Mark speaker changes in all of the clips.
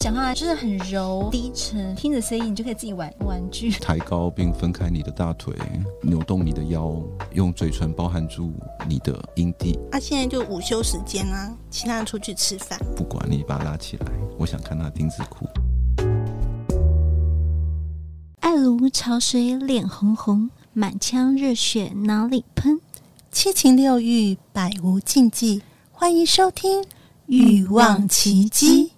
Speaker 1: 讲话就是很柔低沉，听着声音你就可以自己玩玩具。
Speaker 2: 抬高并分开你的大腿，扭动你的腰，用嘴唇包含住你的阴蒂，
Speaker 3: 啊，现在就午休时间啊，其他人出去吃饭。
Speaker 2: 不管你把它拉起来，我想看他的丁字裤。
Speaker 1: 爱如潮水，脸红红，满腔热血哪里喷？
Speaker 3: 七情六欲，百无禁忌。欢迎收听《欲望奇迹》。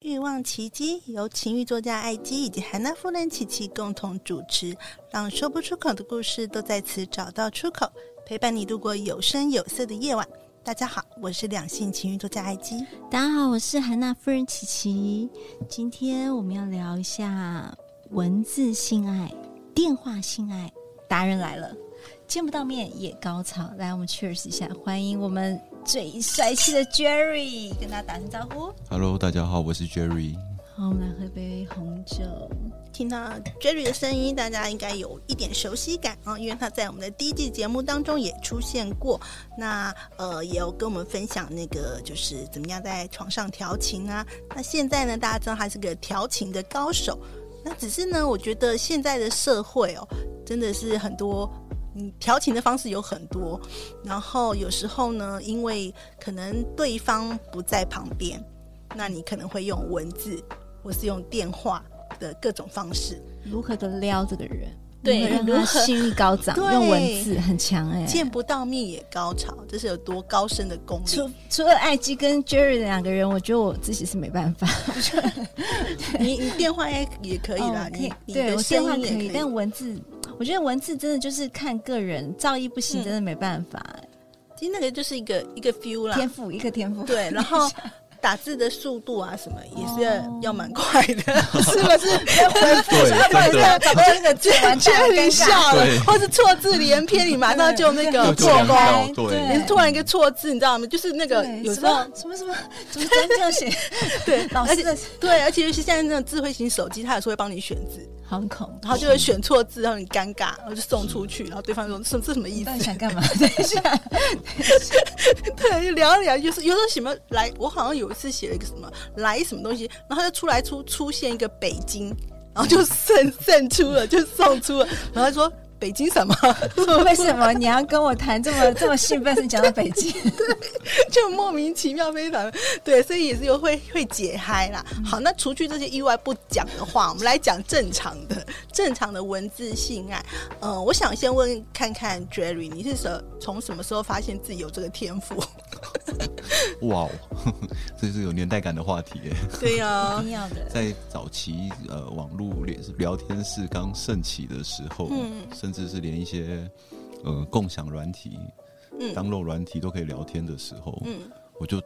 Speaker 3: 欲望奇迹由情欲作家艾姬以及韩娜夫人琪琪共同主持，让说不出口的故事都在此找到出口，陪伴你度过有声有色的夜晚。大家好，我是两性情欲作家艾姬。
Speaker 1: 大家好，我是韩娜夫人琪琪。今天我们要聊一下文字性爱、电话性爱。达人来了，见不到面也高潮。来，我们 cheers 一下，欢迎我们最帅气的 Jerry，跟大家打声招呼。
Speaker 2: Hello，大家好，我是 Jerry。
Speaker 1: 好，我们来喝杯红酒。
Speaker 3: 听到 Jerry 的声音，大家应该有一点熟悉感啊、因为他在我们的第一季节目当中也出现过。那呃，也有跟我们分享那个就是怎么样在床上调情啊。那现在呢，大家知道他是个调情的高手。那只是呢，我觉得现在的社会哦，真的是很多。嗯，调情的方式有很多，然后有时候呢，因为可能对方不在旁边，那你可能会用文字或是用电话的各种方式。
Speaker 1: 如何的撩这个人？
Speaker 3: 对
Speaker 1: 如何
Speaker 3: 如
Speaker 1: 让他
Speaker 3: 何
Speaker 1: 心力高涨，
Speaker 3: 对
Speaker 1: 用文字很强哎、
Speaker 3: 见不到面也高潮，这是有多高深的功力？
Speaker 1: 除除了艾姬跟 Jerry 的两个人，我觉得我自己是没办法。
Speaker 3: 你你电话也也可以啦，
Speaker 1: 哦可
Speaker 3: 你你
Speaker 1: 对
Speaker 3: 的
Speaker 1: 我电
Speaker 3: 声
Speaker 1: 话
Speaker 3: 音也
Speaker 1: 以，但文字，我觉得文字真的就是看个人，造诣不行
Speaker 3: 嗯
Speaker 1: 真的没办法，
Speaker 3: 其实那个就是一个一个 feel 啦，
Speaker 1: 天赋一个天赋。
Speaker 3: 对，然 后打字的速度啊什么也是
Speaker 1: 哦
Speaker 3: 要要蛮快的，是不是？
Speaker 2: 对，真的，
Speaker 1: 找到那个字完全
Speaker 3: 确一笑
Speaker 2: 对
Speaker 3: 了，或是错字连篇，你马上就那个
Speaker 2: 对
Speaker 3: 破
Speaker 2: 就两
Speaker 3: 功。
Speaker 2: 道对
Speaker 3: 你突然一个错字，你知道吗？就是那个有
Speaker 1: 什
Speaker 3: 时候
Speaker 1: 么什么什么什么真正 写，
Speaker 3: 对，
Speaker 1: 老
Speaker 3: 而
Speaker 1: 师的
Speaker 3: 且对，而且尤其现在那种智慧型手机，它有时候会帮你选字，
Speaker 1: 很恐怖。
Speaker 3: 然后就会选错字，然后很尴尬，然后就送出去，然后对方说这这什么意
Speaker 1: 你
Speaker 3: 思
Speaker 1: 到底？想干嘛？ 等一下，
Speaker 3: 对，聊一聊，就是有时候什么来，我好像有一次写了一个什么来什么东西，然后就出来出出现一个北京，然后就 胜胜出了，就送出了，然后他说北京什么，
Speaker 1: 为什么你要跟我谈这么这么兴奋？是你讲到北京，
Speaker 3: 就莫名其妙非常对，所以也是有会会解嗨啦。
Speaker 1: 嗯
Speaker 3: 好，那除去这些意外不讲的话，我们来讲正常的正常的文字性爱。呃，我想先问看看 Jerry，你是什从什么时候发现自己有这个天赋？
Speaker 2: 哇哦， 这是有年代感的话题耶。
Speaker 3: 对呀、
Speaker 2: 哦
Speaker 1: 一定要的。
Speaker 2: 在早期呃网络聊聊天室刚盛起的时候，
Speaker 3: 嗯
Speaker 2: 甚至是连一些呃共享软体、
Speaker 3: 嗯
Speaker 2: 当肉软体都可以聊天的时候，
Speaker 3: 嗯
Speaker 2: 我就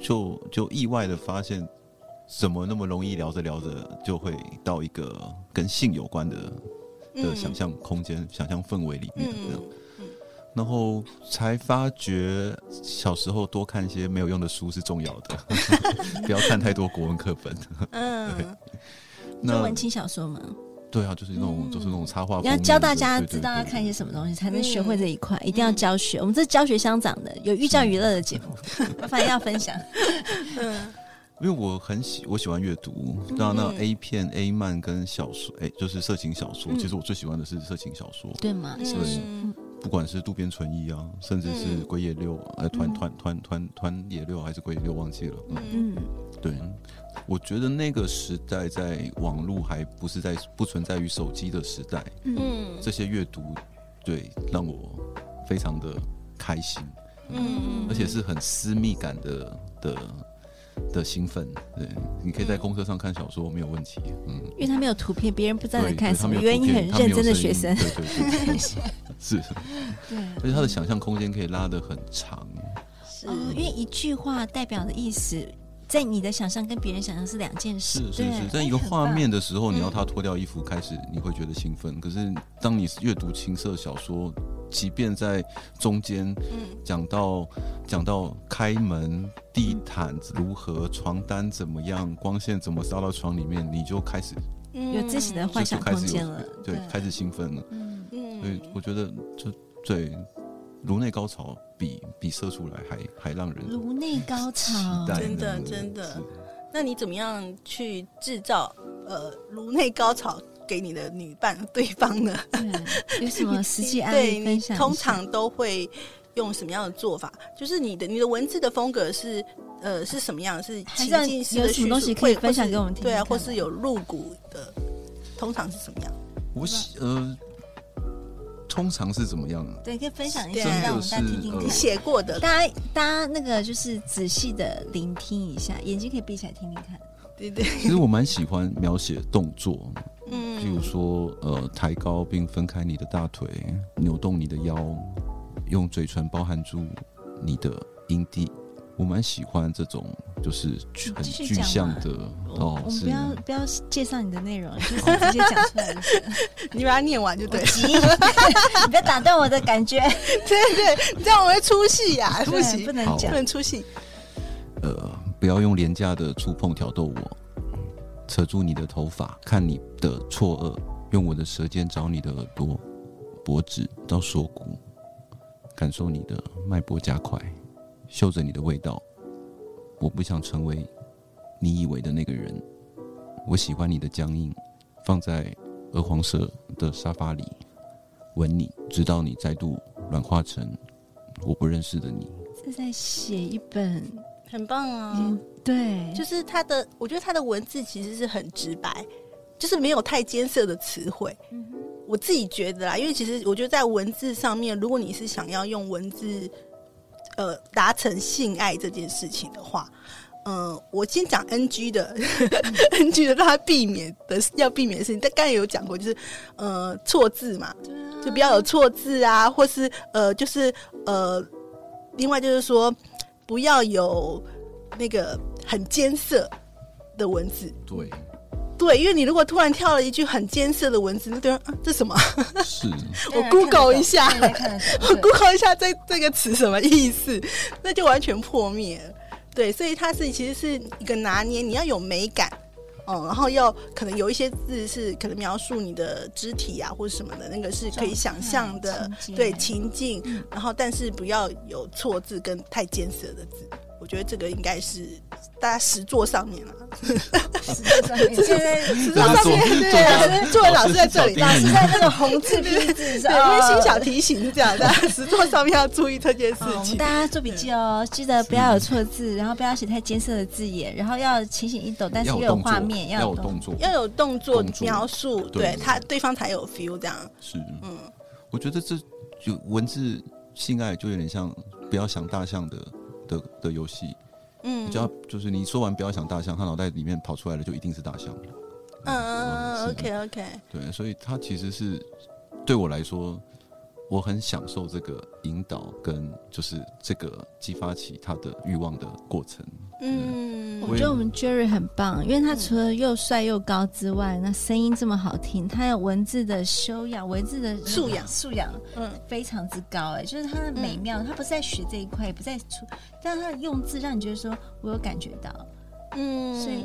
Speaker 2: 就就意外的发现，怎么那么容易聊着聊着就会到一个跟性有关的
Speaker 3: 嗯
Speaker 2: 的想象空间、想象氛围里面这样。然后才发觉，小时候多看一些没有用的书是重要的， 不要看太多国文课 本。
Speaker 3: 嗯，
Speaker 1: 就
Speaker 2: 那哦
Speaker 1: 文青小说嘛，
Speaker 2: 对啊，就是那种、就是那种插画风
Speaker 1: 嗯
Speaker 2: 的，
Speaker 1: 要教大家
Speaker 2: 对嗯
Speaker 1: 知道要看一些。什么东西，才能
Speaker 3: 嗯
Speaker 1: 学会这一块，一定要教学。我们这是教学相长的，有寓教于乐的节 目，反正要分享。
Speaker 2: 对对因为我很喜我喜欢阅读，
Speaker 1: 嗯
Speaker 2: 那那 A 片、A 漫跟小说，哎，就是色情小说。
Speaker 1: 嗯
Speaker 2: 其实我最喜欢的是色情小说，
Speaker 1: 对吗？
Speaker 3: 嗯
Speaker 1: 是不是？
Speaker 3: 嗯
Speaker 2: 不管是渡边淳一啊，甚至是
Speaker 3: 嗯
Speaker 2: 鬼野六，呃，团团团团团野六还是鬼野六忘记了。嗯，
Speaker 3: 嗯
Speaker 1: 嗯，
Speaker 2: 对，我觉得那个时代在网络还不是在不存在于手机的时代，
Speaker 3: 嗯
Speaker 2: 这些阅读，对，让我非常的开心，
Speaker 3: 嗯
Speaker 2: 而且是很私密感的的的兴奋。对，你可以在公车上看小说没有问题。嗯，
Speaker 1: 因为他没有图片，别人不知道
Speaker 2: 对，
Speaker 1: 你在看
Speaker 2: 对他
Speaker 1: 什
Speaker 2: 没
Speaker 1: 么，以
Speaker 2: 有
Speaker 1: 为
Speaker 2: 图
Speaker 1: 你
Speaker 2: 片
Speaker 1: 很
Speaker 2: 他没
Speaker 1: 认
Speaker 2: 有
Speaker 1: 真的
Speaker 2: 声
Speaker 1: 学
Speaker 2: 音
Speaker 1: 生。
Speaker 2: 对对对， 是，而且他的想象空间可以拉得很长。
Speaker 3: 是
Speaker 1: 哦，
Speaker 2: 嗯
Speaker 1: 因为一句话代表的意思，在你的想象跟别人想象是两件事。
Speaker 2: 是是
Speaker 1: 对哎
Speaker 2: 是，在一个画面，的
Speaker 1: 嗯
Speaker 2: 时候，你要他脱掉衣服开始，你会觉得兴奋。可是当你阅读情色小说即便在中间
Speaker 3: 嗯
Speaker 2: 讲到讲到开门、地毯如何、床单怎么样、光线怎么照到床里面，你就开始
Speaker 3: 嗯
Speaker 1: 有自己的幻想
Speaker 2: 就就开
Speaker 1: 空
Speaker 2: 始有
Speaker 1: 间了，
Speaker 2: 对开始兴奋了。
Speaker 1: 嗯，
Speaker 3: 嗯
Speaker 2: 所以我觉得就对颅内高潮比比射出来还还让人
Speaker 1: 颅内高
Speaker 2: 期
Speaker 1: 潮，
Speaker 2: 待
Speaker 3: 真的
Speaker 2: 呢
Speaker 3: 真的
Speaker 2: 是
Speaker 3: 那你怎么样去制造呃颅内高潮给你的女伴对方呢？
Speaker 1: 对，有什么实际案
Speaker 3: 对
Speaker 1: 例
Speaker 3: 你
Speaker 1: 分享一下？
Speaker 3: 通常都会用什么样的做法？就是你的你的文字的风格是呃是什么样？是
Speaker 1: 还
Speaker 3: 情
Speaker 1: 是要
Speaker 3: 境式
Speaker 1: 有
Speaker 3: 的
Speaker 1: 什么
Speaker 3: 叙
Speaker 1: 东
Speaker 3: 述
Speaker 1: 西可以
Speaker 3: 会
Speaker 1: 分享
Speaker 3: 或是
Speaker 1: 给我们听
Speaker 3: 对啊，
Speaker 1: 听
Speaker 3: 或
Speaker 1: 看
Speaker 3: 是有露骨的，通常是什么样？
Speaker 2: 我喜呃，通常是怎么样？啊
Speaker 1: 对，可以分享一
Speaker 3: 对
Speaker 1: 下，让我们
Speaker 2: 真的
Speaker 1: 大家听听
Speaker 2: 是呃
Speaker 1: 看
Speaker 3: 你。写过的，
Speaker 1: 大家，大家那个就是仔细的聆听一下，眼睛可以闭起来听听看。
Speaker 3: 对对，
Speaker 2: 其实我蛮喜欢描写动作，譬
Speaker 3: 嗯
Speaker 2: 如说呃，抬高并分开你的大腿，扭动你的腰，用嘴唇包含住你的阴蒂。我蛮喜欢这种，就是具很
Speaker 1: 哦继续
Speaker 2: 具
Speaker 1: 讲
Speaker 2: 象
Speaker 1: 嘛
Speaker 2: 的
Speaker 1: 我
Speaker 2: 哦，
Speaker 1: 我们
Speaker 2: 是
Speaker 1: 不要不要介绍你的内容，就是直接讲出来就行了。
Speaker 3: 你把它念完就 对了，
Speaker 1: 急，你不要打断我的感觉。
Speaker 3: 对对，你这样我会出戏呀、 不
Speaker 1: 啊对
Speaker 3: 行
Speaker 1: 不，能
Speaker 2: 好
Speaker 1: 讲
Speaker 3: 不。能出戏。
Speaker 2: 呃，不要用廉价的触碰挑逗我，扯住你的头发，看你的错愕，用我的舌尖找你的耳朵、脖子到锁骨，感受你的脉搏加快，嗅着你的味道。我不想成为你以为的那个人，我喜欢你的僵硬，放在鹅黄色的沙发里，吻你，直到你再度软化成我不认识的你。
Speaker 1: 是在写一本，
Speaker 3: 很棒啊
Speaker 1: 嗯，对，
Speaker 3: 就是是他的，我觉得他的文字其实是很直白，就是没有太艰涩的词汇。我自己觉得啦，因为其实我觉得在文字上面，如果你是想要用文字，呃，达成性爱这件事情的话，嗯、我先讲 NG 的 ，NG 的让他避免的要避免的事情，但刚才有讲过，就是呃错字嘛，
Speaker 1: 啊
Speaker 3: 就不要有错字啊，或是呃，就是呃，另外就是说不要有那个很艰涩的文字。
Speaker 2: 对，
Speaker 3: 对，因为你如果突然跳了一句很艰涩的文字，那对方啊，这什么？
Speaker 2: 是。
Speaker 1: 对啊
Speaker 3: 我 Google 一下
Speaker 1: 看得懂嗯对看得
Speaker 3: 我
Speaker 1: 懂对
Speaker 3: Google 一下这这个词什么意思， 那就完全破灭了。对，所以它是其实是一个拿捏，你要有美感，嗯，然后要可能有一些字是可能描述你的肢体啊或者什么的，那个是可以想象的
Speaker 1: 状态情，节
Speaker 3: 对啊情境，然后但是不要有错字跟太艰涩的字。我觉得这个应该是大家实作上面啊，
Speaker 1: 实际上面 现在
Speaker 3: 实
Speaker 2: 对
Speaker 3: 作上
Speaker 2: 作
Speaker 3: 面
Speaker 2: 作
Speaker 3: 对
Speaker 2: 家
Speaker 3: 老师，作为老师在这里，
Speaker 2: 老
Speaker 1: 老
Speaker 2: 师
Speaker 1: 师在那个红字拼字
Speaker 3: 对，
Speaker 1: 上，
Speaker 3: 温馨小
Speaker 1: 哦
Speaker 3: 提醒是这样，大家 实作上面要注意这件事
Speaker 1: 哦我们
Speaker 3: 情
Speaker 1: 大。家做笔记哦，记得不要有错字，然后不要写太艰涩的字眼，然后要清醒一抖，但是
Speaker 2: 要
Speaker 1: 又
Speaker 2: 有
Speaker 1: 有
Speaker 2: 动作，
Speaker 1: 画面，
Speaker 2: 要
Speaker 1: 有动
Speaker 2: 动
Speaker 1: 作。
Speaker 2: 作，
Speaker 3: 要有动作
Speaker 2: 动作
Speaker 3: 描述，
Speaker 2: 对
Speaker 3: 对他对方才有 feel 这样。
Speaker 2: 是，
Speaker 3: 嗯，
Speaker 2: 我觉得这就文字性爱就有点像不要想大象的的的游戏，
Speaker 3: 嗯，
Speaker 2: 只要就是你说完不要想大象，他脑袋里面跑出来的就一定是大象。
Speaker 3: 嗯嗯嗯
Speaker 2: 是
Speaker 3: ，OK OK，
Speaker 2: 对，所以它其实是对我来说，我很享受这个引导跟就是这个激发起他的欲望的过程。
Speaker 3: 嗯，
Speaker 1: 我觉得我们 Jerry 很棒，因为他除了又帅又高之外，那声音这么好听，他有文字的修养、文字的
Speaker 3: 素养
Speaker 1: 素养
Speaker 3: 嗯
Speaker 1: 非常之高。哎，就是他的美妙，他不是在学这一块，也不在出，但他的用字让你觉得说我有感觉到，
Speaker 3: 嗯，
Speaker 1: 所以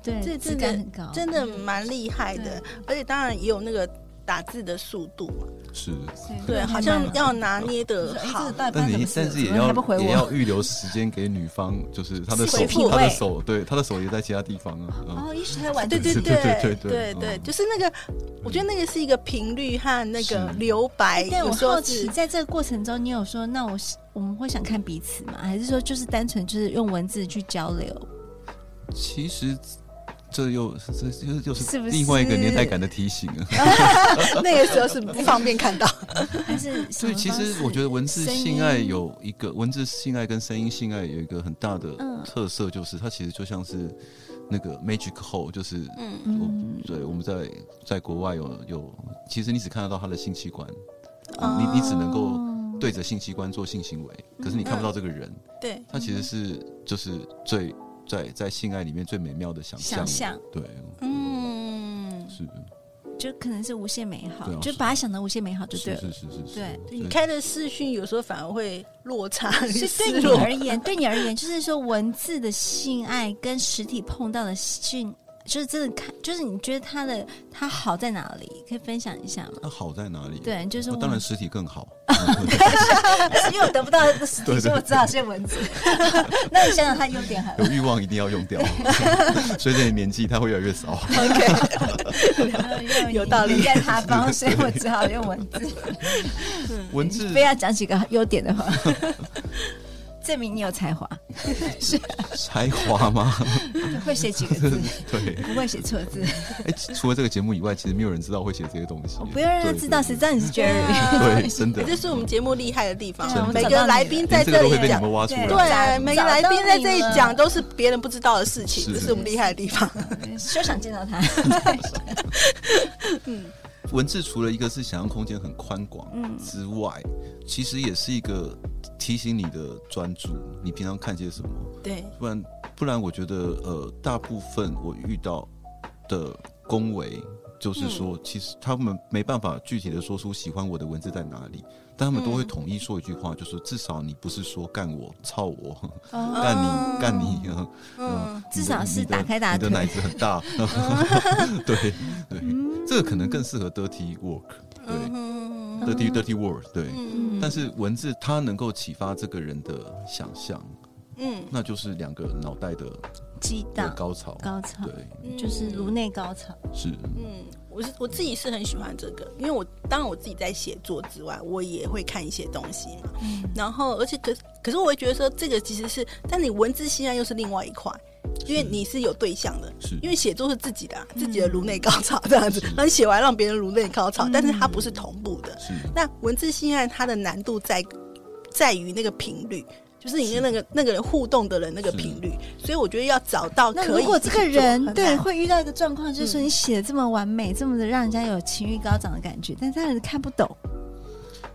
Speaker 1: 对
Speaker 3: 这
Speaker 1: 质感很高，
Speaker 3: 真的蛮厉害的，而且当然也有那个打字的速度嘛，
Speaker 2: 是，
Speaker 3: 对，好像要拿捏的
Speaker 1: 哎，这
Speaker 3: 好
Speaker 1: 个。到底发生
Speaker 2: 但
Speaker 1: 什
Speaker 2: 你
Speaker 1: 么事了？
Speaker 2: 但是也
Speaker 1: 怎么
Speaker 2: 要
Speaker 1: 还不回
Speaker 2: 也
Speaker 1: 我
Speaker 2: 要。预留时间给女方，就是她的
Speaker 3: 是
Speaker 2: 手
Speaker 3: 回，复
Speaker 2: 她的
Speaker 1: 位
Speaker 2: 手，对，她的手也在其他地方啊。嗯
Speaker 1: 哦，一直在玩
Speaker 3: 对对
Speaker 2: 对
Speaker 3: 对
Speaker 2: 对对
Speaker 3: 对
Speaker 2: 对
Speaker 3: 对，
Speaker 2: 嗯
Speaker 3: 就是那个，我觉得那个是一个频率和那个
Speaker 2: 是
Speaker 3: 留白，
Speaker 1: 但哎我
Speaker 3: 哎有时
Speaker 1: 好
Speaker 3: 候
Speaker 1: 奇，
Speaker 3: 是
Speaker 1: 在这个过程中，你有说那我是我们会想看彼此吗？还是说就是单纯就是用文字去交流？
Speaker 2: 其实这又这这又又
Speaker 1: 是
Speaker 2: 是
Speaker 1: 不
Speaker 2: 另外一个
Speaker 1: 是
Speaker 2: 年代感的提醒 啊。
Speaker 3: 那个时候是不方便看到。
Speaker 1: 还 是什
Speaker 2: 所
Speaker 1: 么
Speaker 2: 以其实我觉
Speaker 1: 得
Speaker 2: 得文字
Speaker 1: 声
Speaker 2: 性爱
Speaker 1: 音
Speaker 2: 有一个文字性爱跟声音性爱有一个很大的
Speaker 1: 嗯
Speaker 2: 特色，就是它其实就像是那个 magic hole，就是
Speaker 3: 嗯，
Speaker 2: 我
Speaker 1: 嗯，
Speaker 2: 对我们在在国外有有，其实你只看得到他的性器官，
Speaker 3: 哦
Speaker 2: 你你只能够
Speaker 1: 哦
Speaker 2: 对着性器官做性行为，
Speaker 1: 嗯
Speaker 2: 可是你看不到这个人，
Speaker 3: 对，
Speaker 2: 他其实是就是最在在性爱里面最美妙的想
Speaker 1: 想
Speaker 2: 象，
Speaker 1: 象。
Speaker 2: 对，
Speaker 3: 嗯，
Speaker 2: 是
Speaker 1: 就可能是无限美好，
Speaker 2: 对啊
Speaker 1: 就把它想的无限美好就对
Speaker 2: 是
Speaker 1: 了。
Speaker 2: 是是是
Speaker 1: 对
Speaker 2: 是，所以
Speaker 3: 你开的视讯有时候反而会落差，
Speaker 1: 是
Speaker 3: 失
Speaker 1: 对你
Speaker 3: 落
Speaker 1: 而言，对你而言，就是说文字的性爱跟实体碰到的性，就是真的看，就是你觉得它的它好在哪里？可以分享一下吗？
Speaker 2: 那好在哪里？
Speaker 1: 对，就是
Speaker 2: 那
Speaker 1: 我
Speaker 2: 哦当然实体更好。
Speaker 1: 因为我得不到 实体，
Speaker 2: 对对
Speaker 1: 所以我只好是文字。那你想想它优点好了
Speaker 2: 有欲望一定要用掉， 随着你年纪，它会越来越少。
Speaker 1: 有
Speaker 3: 有道理
Speaker 1: 在他 方，所以我只好用文字。
Speaker 2: 文字
Speaker 1: 嗯非要讲几个优点的 话，证明你有才华，
Speaker 2: 才华吗？
Speaker 1: 会写几个 字，
Speaker 2: 对，
Speaker 1: 不会写错字。
Speaker 2: 哎、除了这个节目以外，其实没有人知道会写这些东西。
Speaker 1: 不要让他
Speaker 2: 对
Speaker 1: 知道，谁知道你是 Jerry？
Speaker 2: 对，对真的，
Speaker 3: 这是我们节目厉害的地方
Speaker 1: 对啊。
Speaker 2: 我
Speaker 3: 每
Speaker 2: 找
Speaker 1: 到
Speaker 3: 个
Speaker 1: 你
Speaker 3: 来
Speaker 1: 了
Speaker 3: 宾
Speaker 2: 连
Speaker 3: 在
Speaker 2: 这个都
Speaker 3: 里
Speaker 2: 会被你
Speaker 3: 讲，
Speaker 2: 们挖出来。
Speaker 1: 对啊
Speaker 3: 对，啊每个来宾在这
Speaker 1: 找到
Speaker 3: 里
Speaker 1: 你了
Speaker 3: 讲都是别人不知道的事情，
Speaker 2: 是
Speaker 3: 这是我们厉害的地方。
Speaker 1: 休想见到他。
Speaker 2: 文字除了一个是想象空间很宽广
Speaker 1: 嗯
Speaker 2: 之外，其实也是一个提醒你的专注，你平常看些什么。
Speaker 3: 对，
Speaker 2: 不然，不然我觉得呃，大部分我遇到的恭维，
Speaker 1: 嗯
Speaker 2: 就是说，其实他们没办法具体的说出喜欢我的文字在哪里，但他们都会统一说一句话，就是至少你不是说干我、操我、
Speaker 1: 哦
Speaker 2: 干你、干你，呃你
Speaker 3: 嗯，
Speaker 2: 的
Speaker 1: 至少是
Speaker 2: 你的
Speaker 1: 打开大
Speaker 2: 你的
Speaker 1: 腿
Speaker 2: 奶子很大， 对对，
Speaker 1: 嗯
Speaker 2: 这个可能更适合 dirty work，对、
Speaker 3: 嗯
Speaker 2: d i r t y dirty word，对。
Speaker 3: 嗯
Speaker 2: 但是文字它能够启发这个人的想象，
Speaker 3: 嗯
Speaker 2: 那就是两个脑袋的
Speaker 1: 激
Speaker 2: 的
Speaker 1: 荡
Speaker 2: 高潮，
Speaker 1: 高潮，
Speaker 2: 对，
Speaker 1: 就是颅内高潮。
Speaker 2: 是，
Speaker 3: 嗯，我是我自己是很喜欢这个，因为我当然我自己在写作之外，我也会看一些东西嘛。然后，而且可可是我会觉得说，这个其实是，但你文字性爱又是另外一块，因为你是有对象的，
Speaker 2: 是
Speaker 3: 因为写作是自己的啊、
Speaker 1: 嗯
Speaker 3: 自己的颅内高潮这样子，然后你写完让别人颅内高
Speaker 1: 嗯
Speaker 3: 潮，但是它不是同步的。
Speaker 2: 是
Speaker 3: 那文字性爱它的难度在在于那个频率。就是你跟那个那个人互动的人那个
Speaker 2: 是
Speaker 3: 频率，所以我觉得要找到
Speaker 1: 那
Speaker 3: 哦可以
Speaker 1: 如果这个
Speaker 3: 一起做
Speaker 1: 人
Speaker 3: 很嗯
Speaker 1: 对
Speaker 3: 难
Speaker 1: 会遇到一个状况，就是说你写的这么完美，这么的让人家有情欲高涨的感觉，但是他人看不懂。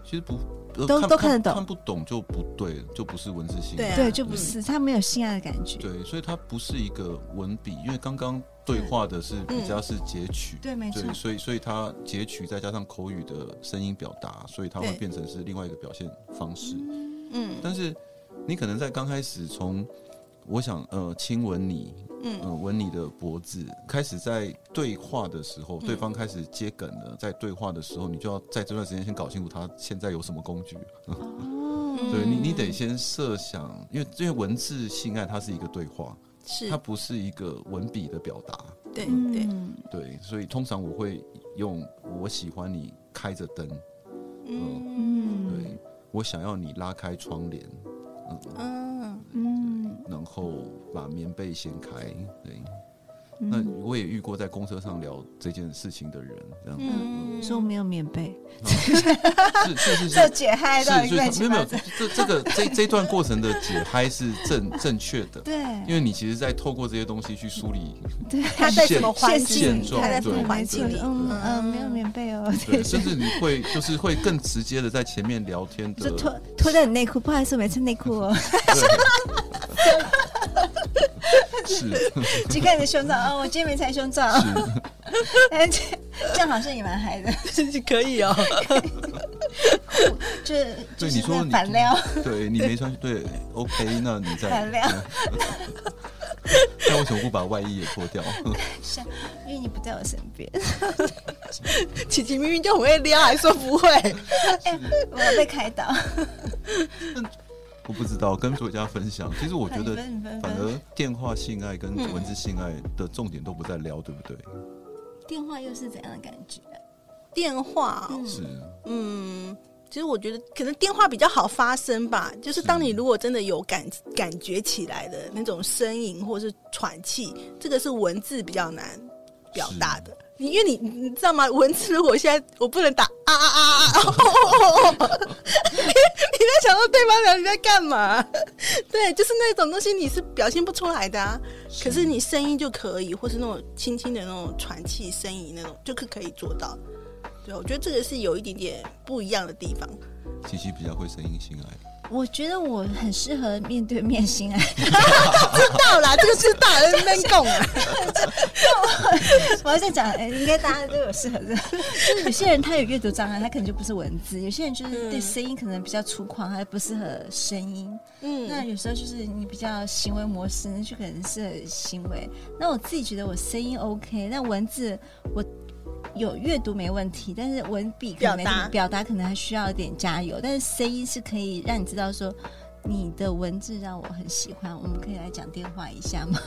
Speaker 2: 其实不呃
Speaker 1: 都
Speaker 2: 看
Speaker 1: 都看得懂
Speaker 2: 看不懂就不对，就不是文字性，
Speaker 3: 对啊
Speaker 1: 对，嗯就不是他没有性爱的感觉。
Speaker 2: 对，所以它不是一个文笔，因为刚刚对话的是比较是截取，
Speaker 1: 嗯对没错
Speaker 2: 对，所以所以它截取再加上口语的声音表达，所以它会
Speaker 3: 对
Speaker 2: 变成是另外一个表现方式。
Speaker 3: 嗯
Speaker 2: 但是你可能在刚开始从，我想呃亲吻你，
Speaker 3: 嗯
Speaker 2: 呃吻你的脖子，开始在对话的时候，对方
Speaker 1: 嗯
Speaker 2: 开始接梗了，在对话的时候，你就要在这段时间先搞清楚他现在有什么工具。嗯
Speaker 1: 哦，
Speaker 2: 对你，你得先设想，因为因为文字性爱它是一个对话，
Speaker 3: 是
Speaker 2: 它不是一个文笔的表达。
Speaker 3: 对对，
Speaker 1: 嗯，
Speaker 2: 对，所以通常我会用我喜欢你开着灯，
Speaker 1: 嗯
Speaker 2: 对、我想要你拉开窗帘，嗯，
Speaker 3: 嗯
Speaker 1: 嗯
Speaker 2: 然后把棉被掀开，对。那
Speaker 1: 嗯，
Speaker 2: 我也遇过在公车上聊这件事情的人，这样
Speaker 3: 嗯，
Speaker 1: 说没有棉被，
Speaker 2: 是是 是是
Speaker 1: 这解嗨到
Speaker 2: 是
Speaker 1: 一
Speaker 2: 是，
Speaker 1: 个
Speaker 2: 没
Speaker 1: 乱
Speaker 2: 有
Speaker 1: 七
Speaker 2: 没
Speaker 1: 八
Speaker 2: 有，
Speaker 1: 糟。
Speaker 2: 这这个这这段过程的解嗨是正正确的，
Speaker 1: 对，
Speaker 2: 因为你其实在透过这些东西去梳理，
Speaker 1: 对，
Speaker 3: 他在什么环
Speaker 2: 现
Speaker 3: 境
Speaker 2: 现？状
Speaker 3: 他在什
Speaker 2: 对
Speaker 3: 么
Speaker 2: 对
Speaker 3: 环
Speaker 1: 没
Speaker 3: 境
Speaker 1: 错
Speaker 3: 里？
Speaker 1: 嗯嗯，没有棉被哦，
Speaker 2: 对，甚至你会就是会更直接的在前面聊天的
Speaker 1: 就，脱脱掉你内裤，不好意思，我没穿内裤 哦，
Speaker 2: 对是
Speaker 1: 只看你的胸罩哦，我今天没穿胸罩，
Speaker 2: 是，
Speaker 1: 哎这这样好像也蛮嗨的，
Speaker 3: 可以哦，
Speaker 1: 就就
Speaker 2: 对
Speaker 1: 是
Speaker 2: 你说
Speaker 1: 那
Speaker 2: 你
Speaker 1: 反撩
Speaker 2: 对你没穿对，OK，那你
Speaker 1: 反
Speaker 2: 在，
Speaker 1: 撩，
Speaker 2: 那为什么不把外衣也脱掉？
Speaker 1: 是啊因为你不在我身边，
Speaker 3: 琪琪明明就很会撩，还说 不会。
Speaker 1: 哎，我要被开导，
Speaker 2: 我不知道，跟作家分享。其实我觉得
Speaker 1: 你分你分你分嗯
Speaker 2: 反而电话性爱跟文字性爱的重点都不在聊，对不对？
Speaker 1: 电话又是怎样的感觉？
Speaker 3: 电话哦，
Speaker 2: 是，
Speaker 3: 嗯，其实我觉得可能电话比较好发声吧，就是当你如果真的有感感觉起来的那种呻吟或是喘气，这个是文字比较难表达的。你因为你你知道吗？文字如果现在我不能打啊啊啊啊！哦哦哦哦！你在想说对方到底在干嘛？对，就是那种东西你是表现不出来的啊。可是你声音就可以，或是那种轻轻的那种喘气呻吟那种，就可可以做到。 对，我觉得这个是有一点点不一样的地方。
Speaker 2: 琪琪比较会声音性爱，
Speaker 1: 我觉得我很适合面对面性爱，
Speaker 3: 到啦，这个是大人们共啊，
Speaker 1: 我要在讲，哎、应该大家都有适合的。就是有些人他有阅读障碍，他可能就不是文字；有些人就是对声音可能比较粗犷，他不适合声音。那
Speaker 3: 嗯
Speaker 1: 有时候就是你比较行为模式，就可能适合行为。那我自己觉得我声音 OK，那文字我有阅读没问题，但是文笔可能没
Speaker 3: 表达
Speaker 1: 表达可能还需要一点加油，但是声音是可以让你知道说。你的文字让我很喜欢，我们可以来讲电话一下 吗？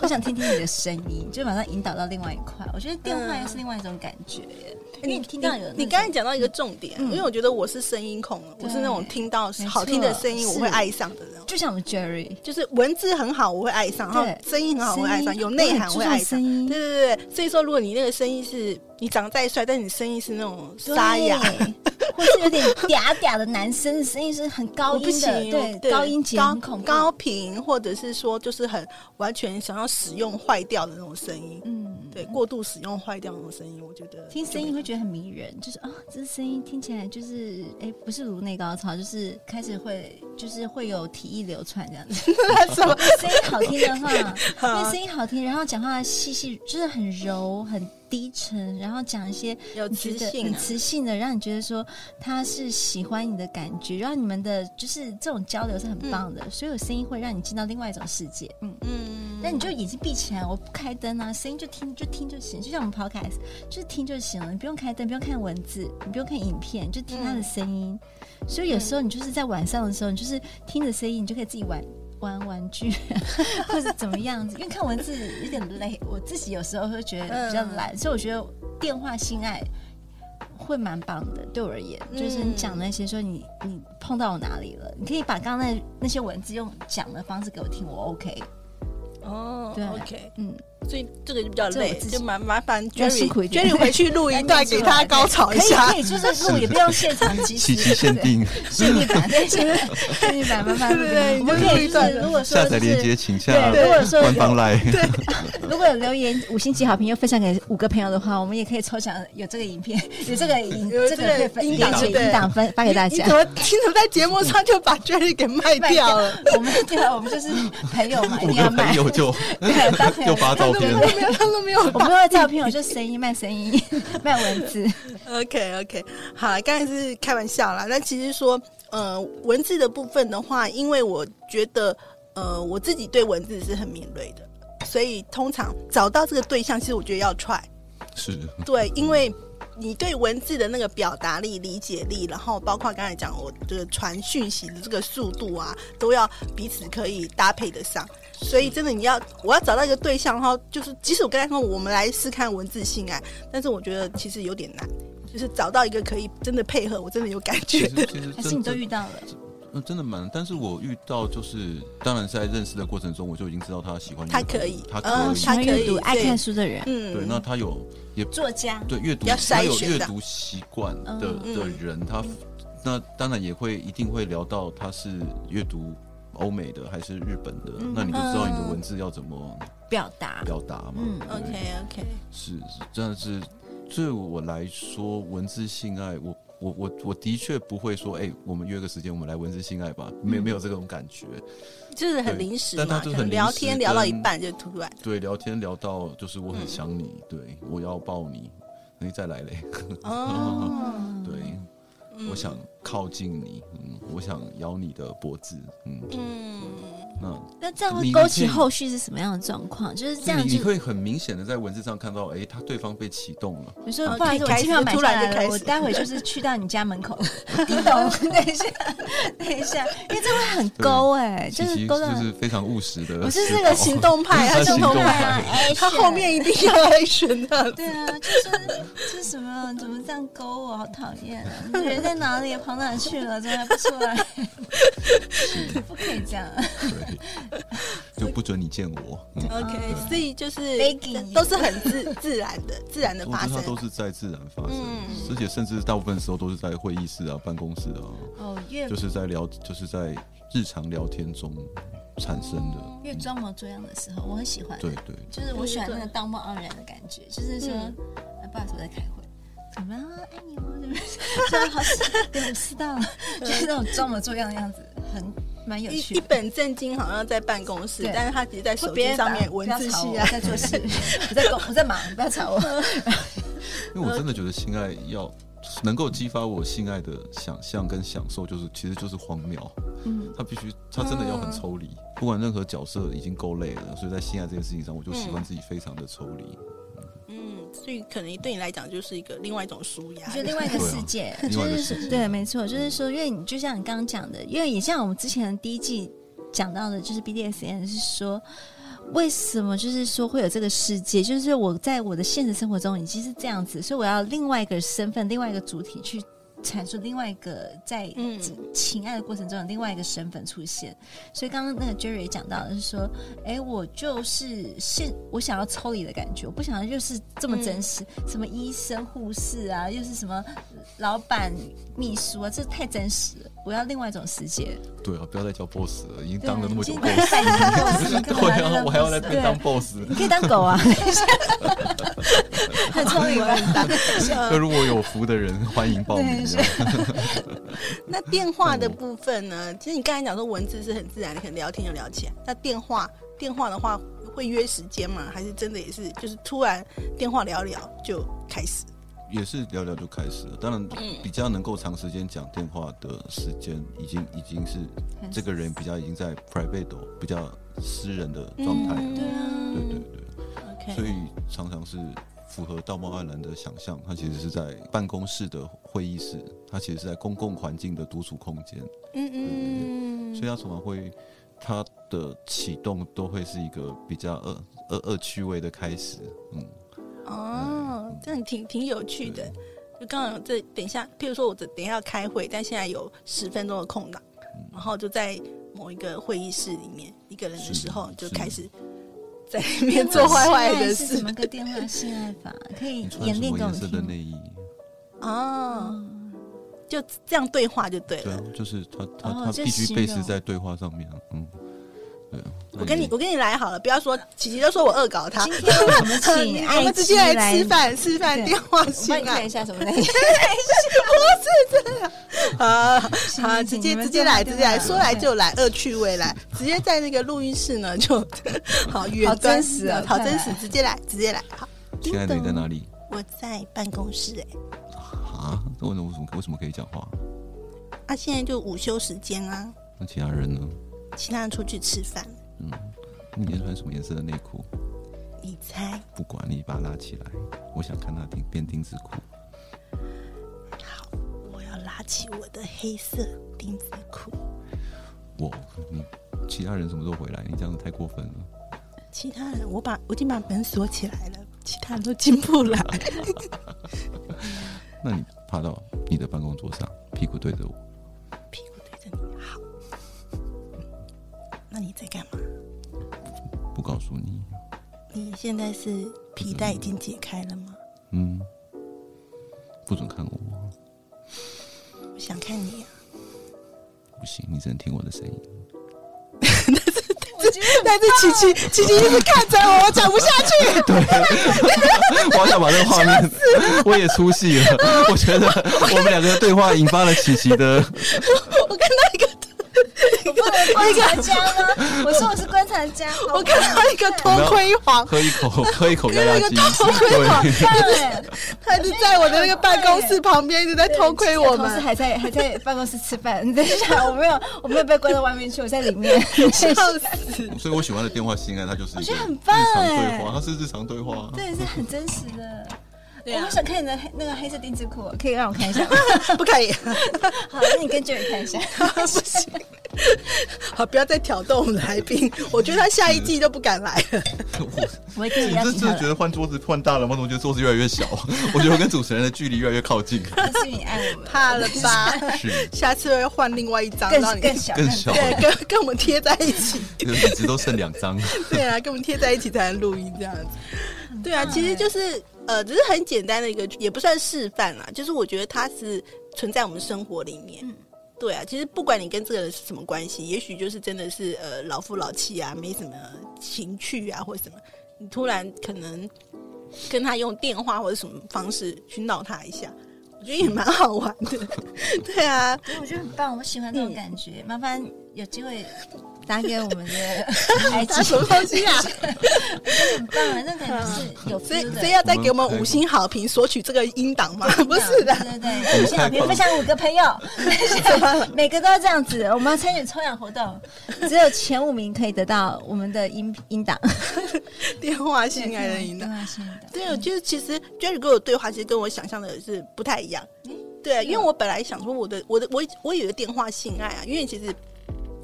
Speaker 1: 我想听听你的声音，就马上引导到另外一块。我觉得电话又是另外一种感觉耶，因嗯哎为你听到有
Speaker 3: 你
Speaker 1: 那
Speaker 3: 刚
Speaker 1: 种
Speaker 3: 才讲到一个重点，
Speaker 1: 嗯
Speaker 3: 因为我觉得我是声音控了，我是那种
Speaker 1: 对
Speaker 3: 听到
Speaker 1: 错
Speaker 3: 好听的声音我会
Speaker 1: 是
Speaker 3: 爱上的人，
Speaker 1: 就像我们 Jerry，
Speaker 3: 就是文字很好我会爱上，然后
Speaker 1: 对
Speaker 3: 声音很好我会爱上，
Speaker 1: 声音
Speaker 3: 有内涵我会
Speaker 1: 我很
Speaker 3: 爱上
Speaker 1: 注重声。音
Speaker 3: 对对对，所以说如果你那个声音是你长得再帅，但你声音是那种沙哑，
Speaker 1: 对， 或是有点嗲嗲的男生的声音是很高
Speaker 3: 我不
Speaker 1: 音
Speaker 3: 行
Speaker 1: 的，，对，高音节
Speaker 3: 高
Speaker 1: 很恐怖。
Speaker 3: 高频，或者是说就是很完全想要使用坏掉的那种声音，
Speaker 1: 嗯，
Speaker 3: 对，过度使用坏掉的那种声音，我觉得
Speaker 1: 听声音会觉得很迷人，就是哦，这声音听起来就是，哎、不是颅内高潮，就是开始会，就是会有体液流窜这样 子。
Speaker 3: 得什么？
Speaker 1: 声音好听的话，因为
Speaker 3: 好
Speaker 1: 声音好听，然后讲话细细，就是很柔、很低沉，然后讲一些
Speaker 3: 有
Speaker 1: 你觉
Speaker 3: 磁
Speaker 1: 得
Speaker 3: 性
Speaker 1: 很
Speaker 3: 啊，
Speaker 1: 磁性的，让你觉得说他是喜欢你的感觉，让你们的就是这种交流是很棒的，所以有声音会让你进到另外一种世界，嗯。
Speaker 3: 嗯，
Speaker 1: 但你就眼睛闭起来，我不开灯啊，声音就听就听就行，就像我们 podcast 就是听就行了，你不用开灯，不用看文字，你不用看影片，就听他的声音。所以有时候你就是在晚上的时候，你就是听着声音，你就可以自己玩玩玩具， 或者怎么样子。因为看文字有点累，我自己有时候会觉得比较懒，所以我觉得电话性爱。会蛮棒的，对我而言，就是你讲那些说你你碰到我哪里了，你可以把刚刚那那些文字用讲的方式给我听，我 OK，
Speaker 3: 哦
Speaker 1: 嗯对
Speaker 3: ，OK，
Speaker 1: 嗯，
Speaker 3: 所以这个就比较
Speaker 1: 这我
Speaker 3: 累，
Speaker 1: 自己
Speaker 3: 就蛮麻烦
Speaker 1: 较辛苦一
Speaker 3: Jerry
Speaker 1: 点
Speaker 3: Jerry 回去录一 段给他高潮一下
Speaker 1: 可，以，可以就是录也不用现场即时，
Speaker 2: 期期限 定，
Speaker 1: 限定 版，对，限定版，限定版，慢慢录
Speaker 3: 对
Speaker 1: 我们可以
Speaker 3: 就录一
Speaker 1: 就
Speaker 3: 段
Speaker 1: 是如果说
Speaker 2: 下载
Speaker 1: 就
Speaker 2: 链
Speaker 1: 是
Speaker 2: 接请下
Speaker 1: 对如果说有
Speaker 2: 官方来，
Speaker 1: 如果有留言五星级好评又分享给五个朋友的话，我们也可以抽奖有这个影片，有这个影
Speaker 3: 有
Speaker 1: 这
Speaker 3: 这
Speaker 1: 个
Speaker 3: 个
Speaker 1: 可以分
Speaker 3: 音
Speaker 1: 链
Speaker 3: 档
Speaker 1: 接
Speaker 3: 对
Speaker 1: 音档分发给大
Speaker 3: 你
Speaker 1: 家
Speaker 3: 怎。么 你怎么在节目上就把 Jerry 给卖
Speaker 1: 卖
Speaker 3: 掉了？，
Speaker 1: 我们对啊，我们就是朋友 嘛，一
Speaker 2: 五
Speaker 1: 定要
Speaker 2: 个
Speaker 1: 卖
Speaker 2: 朋。友就
Speaker 1: 对当朋友
Speaker 2: 就发照片
Speaker 3: 他，都没有，他都没有
Speaker 1: 我不会照片，我就声音卖声音，卖文字。
Speaker 3: OK OK，好啦，刚才是开玩笑啦。但其实说，呃，文字的部分的话，因为我觉得，呃，我自己对文字是很敏锐的，所以通常找到这个对象，其实我觉得要 try。
Speaker 2: 是
Speaker 3: 对，因为你对文字的那个表达力、理解力，然后包括刚才讲我的传讯息的这个速度啊，都要彼此可以搭配得上。所以真的，你要我要找到一个对象，然后就是，即使我跟他说我们来试看文字性爱，但是我觉得其实有点难，就是找到一个可以真的配合，我真的有感
Speaker 2: 其
Speaker 3: 觉的
Speaker 2: 实。其实
Speaker 1: 还
Speaker 2: 真
Speaker 1: 是你都遇
Speaker 2: 真
Speaker 1: 到了？
Speaker 2: 呃真的蛮，但是我遇到就是，当然在认识的过程中，我就已经知道他喜欢
Speaker 3: 他
Speaker 2: 阅读
Speaker 3: 可以
Speaker 2: 他
Speaker 3: 嗯
Speaker 2: 可以
Speaker 1: 喜，
Speaker 3: 他
Speaker 1: 欢
Speaker 3: 可以
Speaker 1: 阅读、
Speaker 3: 对
Speaker 1: 爱看书的人，
Speaker 3: 嗯，
Speaker 2: 对，那他有也
Speaker 1: 作家，
Speaker 2: 对阅读，
Speaker 3: 要
Speaker 2: 他
Speaker 3: 筛
Speaker 2: 有
Speaker 3: 选
Speaker 2: 阅
Speaker 3: 的
Speaker 2: 读习惯
Speaker 1: 嗯
Speaker 2: 的
Speaker 3: 嗯
Speaker 2: 的人，他那当然也会一定会聊到他是阅读欧美的还是日本的，
Speaker 1: 嗯
Speaker 2: 那你就知道你的
Speaker 3: 嗯
Speaker 2: 文字要怎么
Speaker 1: 表达，
Speaker 2: 表达嘛。
Speaker 1: 嗯
Speaker 2: 对
Speaker 3: OK OK，
Speaker 2: 是是真的是对我来说，文字性爱，我我我我的确不会说，哎、我们约个时间，我们来文字性爱吧，没有
Speaker 1: 嗯
Speaker 2: 没有这种感觉。
Speaker 3: 就是很
Speaker 2: 对
Speaker 3: 临时
Speaker 2: 但他
Speaker 3: 嘛，
Speaker 2: 就是
Speaker 3: 可能
Speaker 2: 很临
Speaker 3: 聊
Speaker 2: 时
Speaker 3: 天聊到一
Speaker 2: 跟
Speaker 3: 半就突然，
Speaker 2: 对，聊天聊到就是我很
Speaker 3: 嗯
Speaker 2: 想你，对我要抱你，你再来嘞，
Speaker 3: 哦，
Speaker 1: 嗯
Speaker 2: 对。我想靠近你，嗯，我想咬你的脖子，嗯，
Speaker 3: 嗯。
Speaker 2: 那
Speaker 1: 那这样会
Speaker 2: 你
Speaker 1: 勾
Speaker 2: 你
Speaker 1: 起
Speaker 2: 可以
Speaker 1: 后续是什么样的状况？就是这样
Speaker 2: 你
Speaker 1: 就
Speaker 2: 你会很明显的在文字上看到，哎、他对方被启动了，
Speaker 1: 你说
Speaker 3: 哦
Speaker 1: 不好意思，
Speaker 3: 可以
Speaker 1: 我
Speaker 3: 开
Speaker 1: 机
Speaker 3: 始
Speaker 1: 票买
Speaker 3: 突
Speaker 1: 下
Speaker 3: 然就
Speaker 1: 来
Speaker 3: 开
Speaker 1: 了，
Speaker 3: 始
Speaker 1: 我待会就是去到你家门口， 叮咚，等一下，等一下，因为这会很勾哎、就
Speaker 2: 其
Speaker 1: 是
Speaker 2: 实
Speaker 1: 勾到
Speaker 2: 就。是非常务实的思考。
Speaker 1: 我是这个
Speaker 3: 行 动派，他
Speaker 2: 他
Speaker 3: 行
Speaker 2: 行动
Speaker 3: 动
Speaker 1: 对
Speaker 3: 派，
Speaker 1: 啊
Speaker 2: 派，
Speaker 1: 哎
Speaker 3: 他后面一定要 action 的。
Speaker 1: 对啊，就是就是什么怎么这样勾我，好讨厌啊！你人在哪里？跑哪去了？怎么还不出来？不可以这样，啊
Speaker 2: 对，就不准你见我。嗯
Speaker 3: OK，所以就是
Speaker 1: Begging
Speaker 3: 都是很自自然的、自然的
Speaker 2: 我
Speaker 3: 发
Speaker 2: 觉得它
Speaker 3: 生。
Speaker 2: 都是在自然发生，
Speaker 3: 嗯
Speaker 2: 而且甚至大部分时候都是在会议室啊、办公室啊，
Speaker 1: 哦，越
Speaker 2: 就是在聊，就是在日常聊天中产生的。
Speaker 1: 越装模作样的时候，我很喜欢。
Speaker 2: 对对，
Speaker 1: 就是我喜欢那个道貌岸然的感觉，就是说，
Speaker 3: 嗯
Speaker 1: 哎，不好意思，我在开会。怎啊 么了？爱你哦，怎么？就好喜，对，我知道了，就是那种装模作样的样子，很蛮有
Speaker 3: 一
Speaker 1: 趣
Speaker 3: 一
Speaker 1: 的。
Speaker 3: 本正经好像在办公室
Speaker 1: 对，
Speaker 3: 但是他其实在
Speaker 1: 说
Speaker 3: 手
Speaker 1: 别
Speaker 3: 机
Speaker 1: 人
Speaker 3: 上
Speaker 1: 打
Speaker 3: 面
Speaker 1: 我
Speaker 3: 文
Speaker 1: 不要
Speaker 3: 字
Speaker 1: 吵哦
Speaker 3: 系
Speaker 1: 我
Speaker 3: 啊
Speaker 1: 我，在做 事，我在工我在忙，不要吵我。
Speaker 2: 因为我真的觉得性爱要能够激发我性爱的想象跟享受，就是其实就是荒谬。
Speaker 1: 嗯，
Speaker 2: 他必须，他真的要很抽
Speaker 3: 嗯
Speaker 2: 离，不管任何角色已经够累了，所以在性爱这件事情上，我就喜欢自己非常的抽离。
Speaker 3: 嗯，所以可能对你来讲就是一个另外一种舒压。
Speaker 1: 就另外一个世界，
Speaker 2: 啊
Speaker 1: 就
Speaker 2: 对啊 另外一个
Speaker 1: 是
Speaker 2: 世界
Speaker 1: 对，没错，就是说，因为你就像你刚刚讲的，因为也像我们之前第一季讲到的，就是 BDSN 是说。为什么就是说会有这个世界？就是我在我的现实生活中已经是这样子，所以我要另外一个身份、另外一个主体去阐述另外一个在
Speaker 3: 嗯
Speaker 1: 情爱的过程中的另外一个身份出现。所以刚刚那个 Jerry 也讲到，就是说，哎，我就是现我想要抽离的感觉，我不想要就是这
Speaker 3: 嗯
Speaker 1: 么真实，什么医生、护士啊，又是什么老板、秘书啊，这太真实了。我要另外一种世界，
Speaker 2: 对啊，不要再叫 boss 了，已经
Speaker 1: 对啊
Speaker 2: 当了那么
Speaker 1: 已
Speaker 2: 久
Speaker 1: 经
Speaker 2: boss，
Speaker 1: 扮演 boss，你干嘛
Speaker 2: 对啊，我还要在
Speaker 1: 当
Speaker 2: 那边当
Speaker 1: boss？
Speaker 2: boss。
Speaker 1: 对你可以当狗 啊，很聪明 吧？
Speaker 2: 那如果有福的人， 欢迎报名啊
Speaker 1: 对。
Speaker 2: 嗯
Speaker 1: 是
Speaker 3: 那电话的部分呢？其实你刚才讲说文字是很自然的，可能聊天就聊起来。那电话电话的话，会约时间吗？还是真的也是就是突然电话聊聊就开始？
Speaker 2: 也是聊聊就开始了。当然，比较能够长时间讲电话的时间，已经已经是
Speaker 1: 很
Speaker 2: 这个人比较已经在 private 比较私人的状态。
Speaker 3: 嗯
Speaker 1: 对啊，
Speaker 2: 对对对，
Speaker 3: ，OK，
Speaker 2: 所以常常是符合道貌岸然的想象。他其实是在办公室的会议室，他其实是在公共环境的独处空间，
Speaker 3: 嗯嗯，
Speaker 2: 所以他常常会他的启动都会是一个比较恶恶恶趣味的开始。嗯，
Speaker 3: 哦，这样挺挺有趣的。就刚好这等一下，譬如说我这等一下要开会，但现在有十分钟的空档，然后就在某一个会议室里面一个人的
Speaker 2: 是
Speaker 3: 时候，就是开 始在里面做坏坏的
Speaker 1: 是怎
Speaker 3: 事
Speaker 1: 么个电话性爱法？可以
Speaker 2: 你穿
Speaker 1: 演
Speaker 2: 什
Speaker 1: 练
Speaker 2: 么
Speaker 1: 给我
Speaker 2: 颜
Speaker 1: 们
Speaker 2: 色
Speaker 1: 听
Speaker 2: 的
Speaker 1: 吗。
Speaker 2: 内衣？
Speaker 3: 哦，就这样对话就对
Speaker 2: 对
Speaker 3: 了
Speaker 2: 啊。，就是他他、
Speaker 1: 哦
Speaker 2: 他
Speaker 1: 这
Speaker 2: 必须
Speaker 1: 形
Speaker 2: 背时
Speaker 1: 容
Speaker 2: 在对话上面啊，嗯，对啊。
Speaker 3: 我跟你我
Speaker 2: 那
Speaker 3: 跟你来好了，不要说琪琪都说我恶搞他
Speaker 1: 今，天我们
Speaker 3: 你
Speaker 1: 请
Speaker 3: 我
Speaker 1: 爱
Speaker 3: 们直接
Speaker 1: 妻
Speaker 3: 来吃饭吃饭
Speaker 1: 对
Speaker 3: 电
Speaker 1: 我
Speaker 3: 话
Speaker 1: 帮你
Speaker 3: 性
Speaker 1: 看
Speaker 3: 爱
Speaker 1: 一下什么内容。
Speaker 3: 啊
Speaker 1: 行
Speaker 3: 啊！
Speaker 1: 行
Speaker 3: 直
Speaker 1: 你
Speaker 3: 接
Speaker 1: 们
Speaker 3: 直
Speaker 1: 这
Speaker 3: 接
Speaker 1: 样
Speaker 3: 来
Speaker 1: 对
Speaker 3: 直接来，
Speaker 1: 吧
Speaker 3: 说来就来，恶趣味来，直接在那个录音室呢就 好远
Speaker 1: 好
Speaker 3: 端
Speaker 1: 真实哦
Speaker 3: 好
Speaker 1: 快
Speaker 3: 真
Speaker 1: 来
Speaker 3: 实，直接来直接来。好，
Speaker 2: 亲爱的你在哪里
Speaker 3: 我在办公室哎、
Speaker 2: 啊？为什么为什么为什么可以讲话？
Speaker 3: 啊，现在就午休时间啊，
Speaker 2: 那其他人呢？
Speaker 3: 其他人出去吃饭。
Speaker 2: 嗯，你今天穿什么颜色的内裤？
Speaker 3: 你猜
Speaker 2: 不管你把它拉起来，我想看它钉变钉子裤。
Speaker 3: 好，我要拉起我的黑色钉子裤。
Speaker 2: 我你其他人什么时候回来？你这样子太过分了。
Speaker 3: 其他人我把我已经把门锁起来了，其他人都进不来。
Speaker 2: 那你趴到你的办公桌上，屁股对着我，
Speaker 3: 屁股对着你，好。那你在干嘛？
Speaker 2: 不告诉你。
Speaker 3: 你现在是皮带已经解开了吗？
Speaker 2: 嗯，不准看我，
Speaker 3: 我想看你、啊。
Speaker 2: 不行，你只能听我的声音。
Speaker 3: 但是琪琪，琪琪一直看着我，我讲不下 去。
Speaker 2: 我好想把这个画面，我也出戏了。我觉得我们两个的对话引发了琪琪的，
Speaker 3: 我看到一个，
Speaker 1: 观察家吗？我说我是观察家，
Speaker 3: 我看到一个头盔 黄，
Speaker 2: 喝一口，喝一口压压惊。对，
Speaker 1: 对，
Speaker 3: 他一直在我的那个办公室旁边，一直在偷窥我
Speaker 1: 同事
Speaker 3: 们。
Speaker 1: 还在还在办公室吃饭。你等一下，我没有我没有被关到外面去，我在里 面。
Speaker 3: 笑死！
Speaker 2: 所以我喜欢的电话性爱，它就是
Speaker 1: 我
Speaker 2: 一
Speaker 1: 觉
Speaker 2: 个
Speaker 1: 得很
Speaker 2: 日
Speaker 1: 棒
Speaker 2: 常
Speaker 1: 哎
Speaker 2: 对话，它是日常对话啊。
Speaker 1: 对，是很真实的。
Speaker 3: 对啊
Speaker 1: 我好想看你的黑那个黑色丁字裤，哦可以让我看一 下吗？
Speaker 3: 不可以，
Speaker 1: 好，那你跟 Jerry 看一下。
Speaker 3: 不行。好，不要再挑逗我们来宾。我觉得他下一季都不敢来了。
Speaker 1: 我会跟
Speaker 2: 你
Speaker 1: 你邀
Speaker 2: 这
Speaker 1: 请
Speaker 2: 真
Speaker 1: 他
Speaker 2: 的觉
Speaker 1: 的，
Speaker 2: 得换桌子换大了吗？我觉得桌子越来越小，我觉得我跟主持人的距离越来越靠近。
Speaker 1: 是你爱我们，
Speaker 3: 怕了吧？
Speaker 2: 是，
Speaker 3: 下次要换另外一张，让
Speaker 1: 更
Speaker 3: 你
Speaker 1: 更小
Speaker 2: 更小
Speaker 3: 对跟跟我们贴在一起。
Speaker 2: 就一直都剩两张。
Speaker 3: 对啊，跟我们贴在一起才能录音这样子。对啊，其实就是呃，只是很简单的一个，也不算示范啦。就是我觉得它是存在我们生活里面。对啊，其实不管你跟这个人是什么关系，也许就是真的是呃老夫老妻啊，没什么情趣啊，或者什么，你突然可能跟他用电话或者什么方式去闹他一下，我觉得也蛮好玩的。对啊， 嗯
Speaker 1: 我觉得很棒，我喜欢这种感觉。麻烦有机会打给我们 的
Speaker 3: 打什么东西啊？
Speaker 1: 很棒啊，那个是有
Speaker 3: 所以
Speaker 1: feel 的
Speaker 3: 所以。要再给我们五星好评，索取这个音档吗？不是的，
Speaker 1: 对对对，五星好评分享五个朋友， 每个都要这样子。我们要参与抽奖活动，只有前五名可以得到我们的音音档，
Speaker 3: 电话性爱的音档。
Speaker 1: 对心爱的
Speaker 3: 对，啊就是其实 Jerry 跟我对话，其实跟我想象的是不太一样。
Speaker 1: 诶
Speaker 3: 对，啊
Speaker 1: 是
Speaker 3: 因为
Speaker 1: 哦
Speaker 3: 我本来想说我的我的我我以为电话性爱啊，因为其实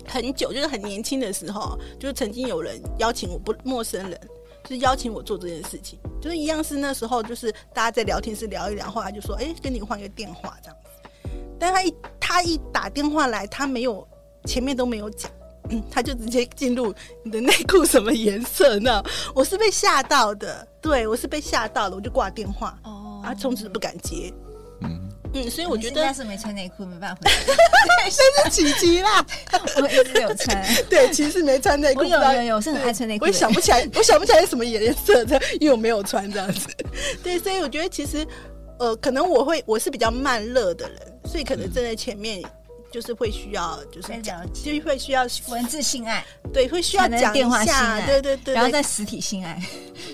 Speaker 3: 很久就是很年轻的时候，就是曾经有人邀请我不陌生人。就是邀请我做这件事情，就是一样是那时候，就是大家在聊天室聊一聊，后来就说，哎、跟你换个电话这样子。但他一他一打电话来，他没有前面都没有讲，嗯，他就直接进入你的内裤什么颜色呢？我是被吓到的，对我是被吓到了，我就挂电话，
Speaker 1: 哦
Speaker 3: 啊，从此不敢接。
Speaker 2: 嗯，
Speaker 3: 嗯，所以我觉
Speaker 1: 应该
Speaker 3: 得
Speaker 1: 是没穿内裤，没办法回
Speaker 3: 真是奇迹啦！
Speaker 1: 答。 我一直有穿，
Speaker 3: 对，其实没穿内裤，
Speaker 1: 我有
Speaker 3: 不知道
Speaker 1: 有有我是很爱穿内裤
Speaker 3: 我
Speaker 1: 的
Speaker 3: 也想不起 来，我想不起来是什么颜色的，因为我没有穿这样子。对，所以我觉得其实，呃，可能我会我是比较慢热的人，所以可能站在前面就是会需要，就是
Speaker 1: 先
Speaker 3: 讲
Speaker 1: 哎了，解
Speaker 3: 就是会需要，
Speaker 1: 文字性爱，
Speaker 3: 对，会需要
Speaker 1: 才能
Speaker 3: 讲
Speaker 1: 电话
Speaker 3: 一
Speaker 1: 性
Speaker 3: 下，
Speaker 1: 爱，
Speaker 3: 对对对，
Speaker 1: 然后
Speaker 3: 对
Speaker 1: 再实体性爱。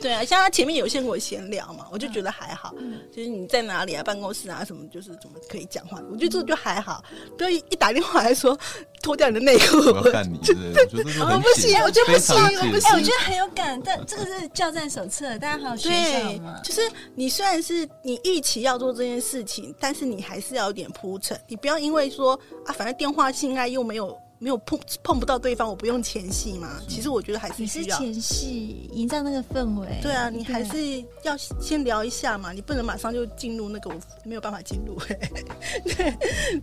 Speaker 3: 对啊，像他前面有些跟我闲聊嘛，
Speaker 1: 嗯
Speaker 3: 我就觉得还好，就是你在哪里啊，办公室啊，什么就是怎么可以讲话，我觉得这就还好。不要一一打电话来说脱掉你的内裤，
Speaker 2: 我要干你之类的，我觉得这是很
Speaker 3: 不行
Speaker 2: 解释
Speaker 3: 我觉得
Speaker 2: 非
Speaker 3: 不
Speaker 2: 常
Speaker 3: 行我
Speaker 2: 解
Speaker 3: 不
Speaker 2: 释
Speaker 1: 哎、我觉得很有感，但这个是教战手册，大家好好学一下好
Speaker 3: 对
Speaker 1: 吗，？
Speaker 3: 就是你虽然是你预期要做这件事情，但是你还是要有点铺陈，你不要因为说啊，反正电话性爱又没有没有碰碰不到对方，我不用前戏嘛。其实我觉得还是啊
Speaker 1: 你是
Speaker 3: 需要。
Speaker 1: 前戏，营造那个氛围。
Speaker 3: 对啊，你还是要先聊一下嘛，你不能马上就进入那个我没有办法进入、 对，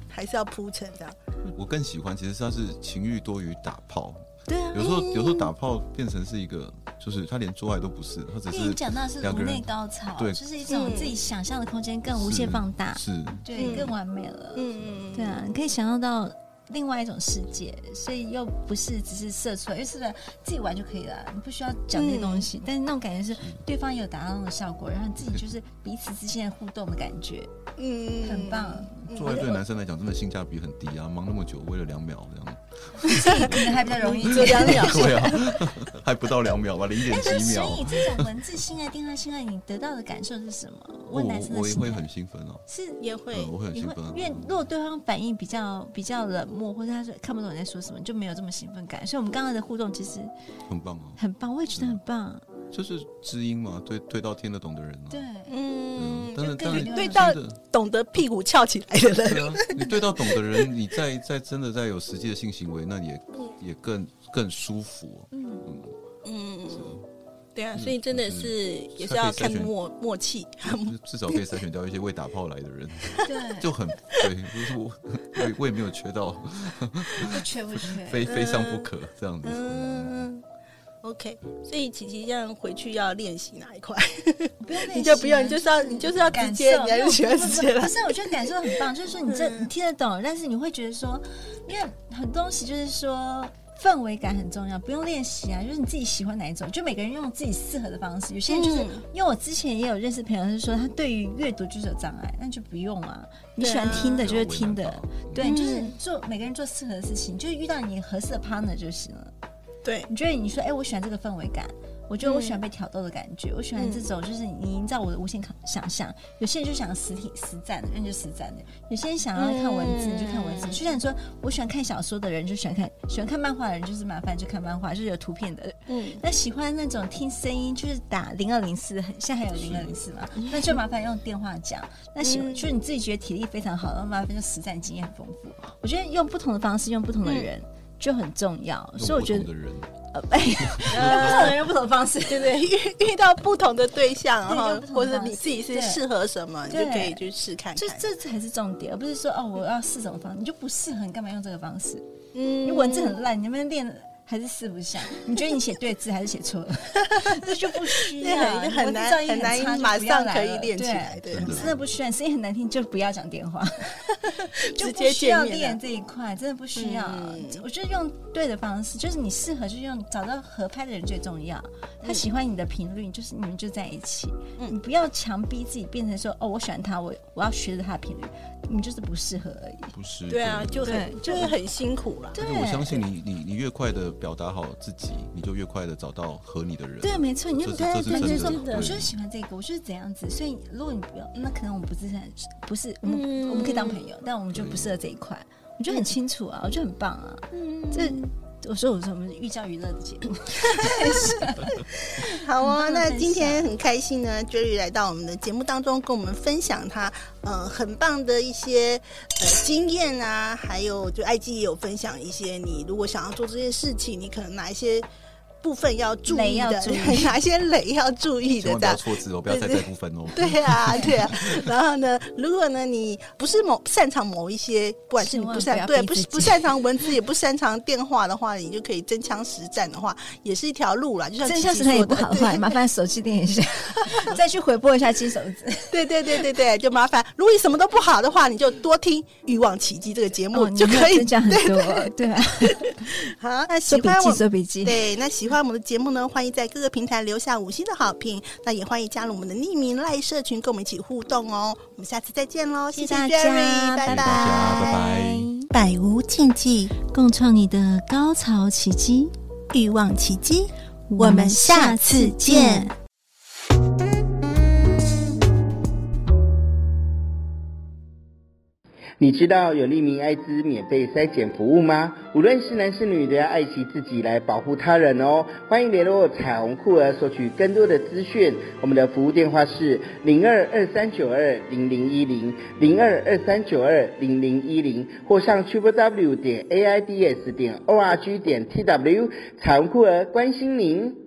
Speaker 3: 还是要铺陈这样。
Speaker 2: 我更喜欢，其实它是情欲多于打炮。
Speaker 1: 对啊。
Speaker 2: 有时候，有时候打炮变成是一个，就是他连做爱都不是，他只
Speaker 1: 电影
Speaker 2: 是
Speaker 1: 讲到是
Speaker 2: 两
Speaker 1: 颅
Speaker 2: 个
Speaker 1: 内
Speaker 2: 人
Speaker 1: 高潮，
Speaker 2: 对
Speaker 1: 就是一种
Speaker 3: 嗯
Speaker 1: 自己想象的空间更无限放大，
Speaker 2: 是
Speaker 1: 对，
Speaker 3: 嗯
Speaker 1: 更完美了。
Speaker 3: 嗯嗯，
Speaker 1: 对啊，你可以想象到另外一种世界，所以又不是只是射出来，因为射出来自己玩就可以了，你不需要讲那些东
Speaker 3: 嗯
Speaker 1: 西。但是那种感觉是对方也有达到那种效果，然后自己就是彼此之间的互动的感觉，
Speaker 3: 嗯
Speaker 1: 很棒。
Speaker 2: 做爱对男生来讲真的性价比很低啊，忙那么久为了两秒 这样，
Speaker 1: 可能还比较容易一点。
Speaker 3: 这两秒
Speaker 2: 对啊，还不到两秒吧，零点
Speaker 1: 哎，那
Speaker 2: 几秒
Speaker 1: 所。以这种文字性爱、电话性爱，你得到的感受是什 么？
Speaker 2: 我
Speaker 1: 问男生的
Speaker 2: 我也
Speaker 1: 心
Speaker 2: 会
Speaker 1: 态
Speaker 2: 很兴奋哦，
Speaker 1: 是
Speaker 3: 也会
Speaker 2: 嗯，我会很
Speaker 1: 你
Speaker 2: 兴
Speaker 1: 会
Speaker 2: 奋啊，。
Speaker 1: 因为如果对方反应比较比较冷漠，或者他说看不懂你在说什么，你就没有这么兴奋感。所以我们刚刚的互动其实
Speaker 2: 很棒啊，
Speaker 1: 很棒，我也觉得很棒。
Speaker 2: 就是知音嘛，对对到听得懂的人啊。
Speaker 1: 对，
Speaker 3: 嗯
Speaker 2: 嗯，但是
Speaker 3: 就
Speaker 2: 但是
Speaker 3: 对对到
Speaker 2: 真的
Speaker 3: 懂得屁股翘起来的人，
Speaker 2: 对啊，你对到懂的人，你再再真的再有实际的性行为，那也也更更舒服。
Speaker 1: 嗯，
Speaker 2: 嗯，
Speaker 3: 嗯，
Speaker 2: 是
Speaker 3: 对啊，
Speaker 2: 嗯
Speaker 3: 所以真的是也是要看默默契，
Speaker 2: 至少可以筛选掉一些未打炮来的人，
Speaker 1: 对，
Speaker 2: 就很对，就是我我也我也没有缺到，
Speaker 1: 不缺不缺。
Speaker 2: 非非上不可这样子。
Speaker 3: 嗯。OK，所以琪琪这样回去要练习哪一块？
Speaker 1: 不用
Speaker 3: 你就不用，你就是要你就是要直
Speaker 1: 感
Speaker 3: 接，
Speaker 1: 受，
Speaker 3: 你还是喜欢直接
Speaker 1: 不
Speaker 3: 来
Speaker 1: 是，我觉得感受很棒，就是说你这
Speaker 3: 嗯
Speaker 1: 你听得懂，但是你会觉得说，因为很多东西就是说。氛围感很重要，不用练习啊，就是你自己喜欢哪一种，就每个人用自己适合的方式。有些人就是、
Speaker 3: 嗯
Speaker 1: 因为我之前也有认识朋友是说，他对于阅读就是有障碍，那就不用啊，你
Speaker 3: 对啊
Speaker 1: 喜欢听的
Speaker 2: 对
Speaker 1: 就是听的，，对，
Speaker 3: 嗯
Speaker 1: 就是做每个人做适合的事情，就是遇到你合适的 partner 就行了。
Speaker 3: 对，
Speaker 1: 你觉得你说，哎、我喜欢这个氛围感，我觉得我喜欢
Speaker 3: 嗯
Speaker 1: 被挑逗的感觉，我喜欢这种就是你营造我的无限想想象。有些人就想实体实战的，有人就实战的；有些人想要看文字，
Speaker 3: 嗯
Speaker 1: 你就看文字。就像你说，我喜欢看小说的人就喜欢看，喜欢看漫画的人就是麻烦就看漫画，就是有图片的。
Speaker 3: 嗯，
Speaker 1: 那喜欢那种听声音，就是打零二零四，现在还有零二零四嘛？那就麻烦用电话讲。那喜欢、
Speaker 3: 嗯
Speaker 1: 就是你自己觉得体力非常好，那麻烦就实战经验很丰富。我觉得用不同的方式，用不同的
Speaker 3: 嗯
Speaker 1: 人。就很重要，所以我觉得
Speaker 2: 的人
Speaker 1: 呃，哎，不同的人不同的方式，对不对？
Speaker 3: 遇遇到不同的对象，然
Speaker 1: 对
Speaker 3: 后
Speaker 1: 就不同的
Speaker 3: 或者
Speaker 1: 方式
Speaker 3: 你自己是
Speaker 1: 对
Speaker 3: 适合什么，你就
Speaker 1: 对
Speaker 3: 可以去试看
Speaker 1: 就
Speaker 3: 看。
Speaker 1: 这才是重点，而不是说哦，我要四种方式，你就不适合，你干嘛用这个方式？
Speaker 3: 嗯
Speaker 1: 你文字很烂，你能不能练还是四不像？你觉得你写对字还是写错 了？这就不需
Speaker 3: 那
Speaker 1: 要，
Speaker 3: 很很
Speaker 1: 你文字造
Speaker 3: 难
Speaker 1: 诣差就
Speaker 3: 难
Speaker 1: 不
Speaker 3: 马
Speaker 1: 要
Speaker 3: 上
Speaker 1: 来
Speaker 3: 可以
Speaker 1: 了
Speaker 3: 练起
Speaker 1: 对
Speaker 3: 来，对
Speaker 2: 真，的
Speaker 1: 真的不需要，你声音很难听，就不要讲电话， 就
Speaker 3: 直
Speaker 1: 不
Speaker 3: 接
Speaker 1: 需要
Speaker 3: 见面
Speaker 1: 练
Speaker 3: 了
Speaker 1: 这一块，真的不需要。
Speaker 3: 嗯
Speaker 1: 我觉得用对的方式，就是你适合，就是用找到合拍的人最重要。他喜欢你的频率，就是你们就在一起。
Speaker 3: 嗯
Speaker 1: 你不要强逼自己变成说哦，我喜欢他，我我要学着他的频率，你们就是不适合而已。
Speaker 2: 不是
Speaker 3: 对啊，就
Speaker 1: 对
Speaker 3: 很就是很辛苦啦。
Speaker 1: 对，
Speaker 2: 因为我相信你，你你越快的表达好自己，你就越快的找到合你的人。
Speaker 1: 对，没错，你就
Speaker 2: 这
Speaker 1: 不
Speaker 2: 是
Speaker 1: 要
Speaker 2: 这是
Speaker 1: 反正
Speaker 3: 真
Speaker 1: 说，
Speaker 3: 的
Speaker 1: 我就是
Speaker 2: 对
Speaker 1: 喜欢这个，我就是怎样子。所以，如果你不要，那可能我们不是很不是，我们、我们可以当朋友，但我们就不适合这一块。我觉得很清楚啊，我觉得很棒啊。
Speaker 3: 嗯，
Speaker 1: 这我说我说我们是寓教于乐的节目，
Speaker 3: 好哦，
Speaker 1: 嗯很棒的
Speaker 3: 那
Speaker 1: 分
Speaker 3: 今天
Speaker 1: 享
Speaker 3: 很开心呢，Jerry 来到我们的节目当中，跟我们分享他呃很棒的一些呃经验啊，还有就 IG 也有分享一些，你如果想要做这件事情，你可能哪一些部分要注
Speaker 1: 雷
Speaker 3: 意
Speaker 1: 要
Speaker 3: 的，
Speaker 1: 注意
Speaker 3: 哪一些雷要注意
Speaker 2: 千万不
Speaker 3: 的这
Speaker 2: 要
Speaker 3: 样。
Speaker 2: 错字哦，不要再
Speaker 3: 对
Speaker 2: 再
Speaker 3: 对
Speaker 2: 不分哦。
Speaker 3: 对啊，对啊。然后呢，如果呢你不是某擅长某一些，不管是你不
Speaker 1: 千
Speaker 3: 擅
Speaker 1: 万不要
Speaker 3: 对
Speaker 1: 逼
Speaker 3: 不
Speaker 1: 自己
Speaker 3: 不擅长文字， 也不擅长电话的话，你就可以真枪实战的话，也是一条路啦。就像
Speaker 1: 真
Speaker 3: 琪
Speaker 1: 相
Speaker 3: 琪
Speaker 1: 时态也
Speaker 3: 说
Speaker 1: 不
Speaker 3: 的
Speaker 1: 好
Speaker 3: 对
Speaker 1: 坏，麻烦手机练一下， 再去回拨一下金手指。
Speaker 3: 对对对对对，就麻烦。如果你什么都不好的话，你就多听《欲望奇迹》这个节目、
Speaker 1: 哦，你
Speaker 3: 就
Speaker 1: 没有
Speaker 3: 可以
Speaker 1: 增。加很多，对啊，
Speaker 3: 好，那喜
Speaker 1: 做笔
Speaker 3: 欢
Speaker 1: 记
Speaker 3: 我。
Speaker 1: 做笔记。
Speaker 3: 对，那喜欢我们的节目呢，欢迎在各个平台留下五星的好评。那也欢迎加入我们的匿名赖社群，跟我们一起互动哦。我们下次再见喽，谢
Speaker 1: 谢
Speaker 3: j
Speaker 1: 谢
Speaker 3: e
Speaker 1: 大
Speaker 3: r
Speaker 1: 家，
Speaker 2: 谢谢大家
Speaker 3: r 拜
Speaker 2: 拜拜
Speaker 3: 百无禁忌，
Speaker 1: 共创你的高潮奇迹，
Speaker 3: 欲望奇迹，
Speaker 1: 我们下次见。
Speaker 4: 你知道有利民艾滋免费筛检服务吗？无论是男是女，都要爱惜自己来保护他人哦。欢迎联络彩虹酷儿索取更多的资讯。我们的服务电话是零二二三九二零零一零零二二三九二零零一零，或上 triple w 点 a i d s 点 o r g 点 t w。彩虹酷儿关心您。